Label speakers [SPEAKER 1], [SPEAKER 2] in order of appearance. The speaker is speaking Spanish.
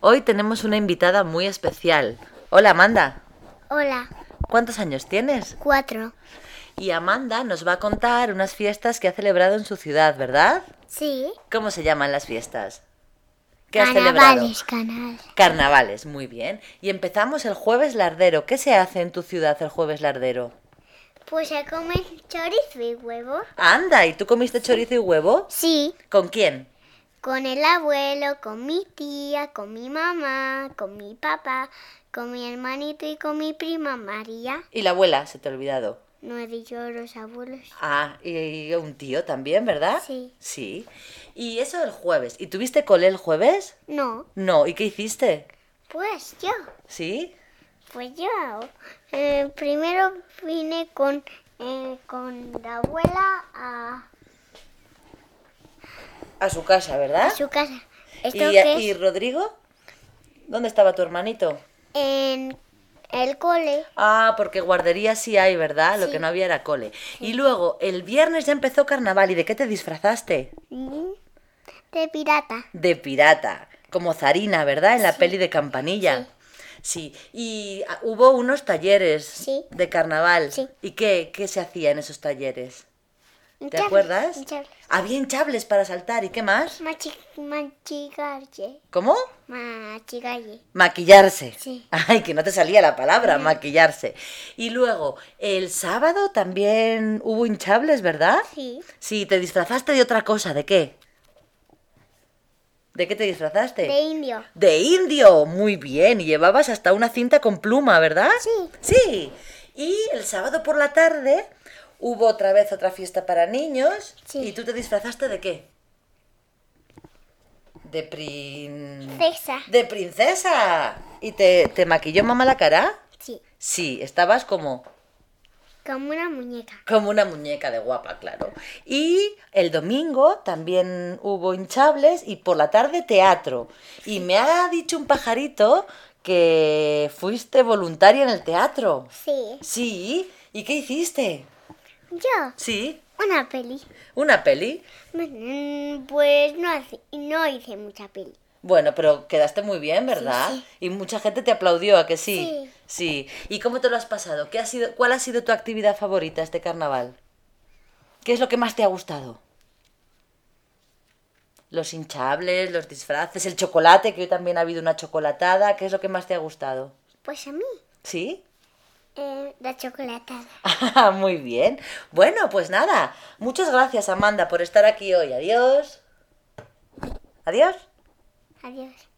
[SPEAKER 1] Hoy tenemos una invitada muy especial. Hola Amanda,
[SPEAKER 2] Hola,
[SPEAKER 1] ¿cuántos años tienes?
[SPEAKER 2] cuatro.
[SPEAKER 1] Y Amanda nos va a contar unas fiestas que ha celebrado en su ciudad, ¿verdad?
[SPEAKER 2] Sí.
[SPEAKER 1] ¿Cómo se llaman las fiestas? ¿Qué has celebrado?
[SPEAKER 2] Carnavales, canales.
[SPEAKER 1] Carnavales, muy bien. Y empezamos el jueves lardero. ¿Qué se hace en tu ciudad el jueves lardero?
[SPEAKER 2] Pues se comen chorizo y huevo.
[SPEAKER 1] Anda, ¿y tú comiste chorizo y huevo?
[SPEAKER 2] Sí,
[SPEAKER 1] ¿Con quién?
[SPEAKER 2] con el abuelo, con mi tía, con mi mamá, con mi papá, con mi hermanito y con mi prima María.
[SPEAKER 1] Y la abuela, se te ha olvidado.
[SPEAKER 2] No he dicho los abuelos.
[SPEAKER 1] Ah, y un tío también, ¿verdad?
[SPEAKER 2] Sí.
[SPEAKER 1] Sí. Y eso el jueves. ¿Y tuviste cole el jueves?
[SPEAKER 2] No,
[SPEAKER 1] No. ¿Y qué hiciste?
[SPEAKER 2] pues yo.
[SPEAKER 1] ¿Sí?
[SPEAKER 2] Pues yo. eh, primero vine con, eh, con la abuela a,
[SPEAKER 1] A su casa,
[SPEAKER 2] a
[SPEAKER 1] ¿verdad?
[SPEAKER 2] su casa.
[SPEAKER 1] ¿Y,
[SPEAKER 2] Esto que
[SPEAKER 1] y
[SPEAKER 2] es
[SPEAKER 1] Rodrigo? ¿Dónde estaba tu hermanito?
[SPEAKER 2] en el cole.
[SPEAKER 1] Ah, porque guardería sí hay, ¿verdad? Lo
[SPEAKER 2] Sí.
[SPEAKER 1] que no había era cole. Y luego, el viernes ya empezó carnaval. ¿Y de qué te disfrazaste?
[SPEAKER 2] Mm, De pirata.
[SPEAKER 1] De pirata. Como zarina, ¿verdad? En la peli de Campanilla. Sí. Y ah, hubo unos talleres
[SPEAKER 2] Sí.
[SPEAKER 1] de carnaval.
[SPEAKER 2] Sí.
[SPEAKER 1] ¿Y qué, qué se hacía en esos talleres? ¿Te
[SPEAKER 2] Hinchables,
[SPEAKER 1] acuerdas?
[SPEAKER 2] hinchables.
[SPEAKER 1] Había hinchables para saltar. ¿Y qué más?
[SPEAKER 2] Machi- Machigalle.
[SPEAKER 1] ¿Cómo?
[SPEAKER 2] Machigalle.
[SPEAKER 1] Maquillarse.
[SPEAKER 2] Sí.
[SPEAKER 1] Ay, que no te salía la palabra, maquillarse. Y luego, el sábado también hubo hinchables, ¿verdad?
[SPEAKER 2] Sí.
[SPEAKER 1] Sí, te disfrazaste de otra cosa, ¿de qué? ¿De qué te disfrazaste?
[SPEAKER 2] De indio.
[SPEAKER 1] De indio, muy bien. Y llevabas hasta una cinta con pluma, ¿verdad?
[SPEAKER 2] Sí.
[SPEAKER 1] Sí. Y el sábado por la tarde hubo otra vez otra fiesta para niños.
[SPEAKER 2] Sí.
[SPEAKER 1] ¿Y tú te disfrazaste de qué? De prin...
[SPEAKER 2] Cesa.
[SPEAKER 1] De princesa. ¿Y te, te maquilló mamá la cara?
[SPEAKER 2] Sí.
[SPEAKER 1] Sí, estabas como...
[SPEAKER 2] Como una muñeca.
[SPEAKER 1] Como una muñeca de guapa, claro. Y el domingo también hubo hinchables y por la tarde teatro. Y me ha dicho un pajarito que fuiste voluntaria en el teatro.
[SPEAKER 2] Sí.
[SPEAKER 1] Sí. ¿Y qué hiciste?
[SPEAKER 2] Yo.
[SPEAKER 1] Sí.
[SPEAKER 2] Una peli.
[SPEAKER 1] Una peli.
[SPEAKER 2] Mm, Pues no, hace- no hice mucha peli.
[SPEAKER 1] Bueno, pero quedaste muy bien, ¿verdad?
[SPEAKER 2] Sí,
[SPEAKER 1] Y mucha gente te aplaudió, ¿a que sí? Sí. ¿Y cómo te lo has pasado? ¿Qué ha sido, ¿Cuál ha sido tu actividad favorita este carnaval? ¿Qué es lo que más te ha gustado? Los hinchables, los disfraces, el chocolate, que hoy también ha habido una chocolatada. ¿Qué es lo que más te ha gustado?
[SPEAKER 2] Pues a mí.
[SPEAKER 1] ¿Sí?
[SPEAKER 2] eh, la chocolatada.
[SPEAKER 1] Ah, muy bien. Bueno, pues nada. Muchas gracias, Amanda, por estar aquí hoy. Adiós. Adiós.
[SPEAKER 2] Adiós.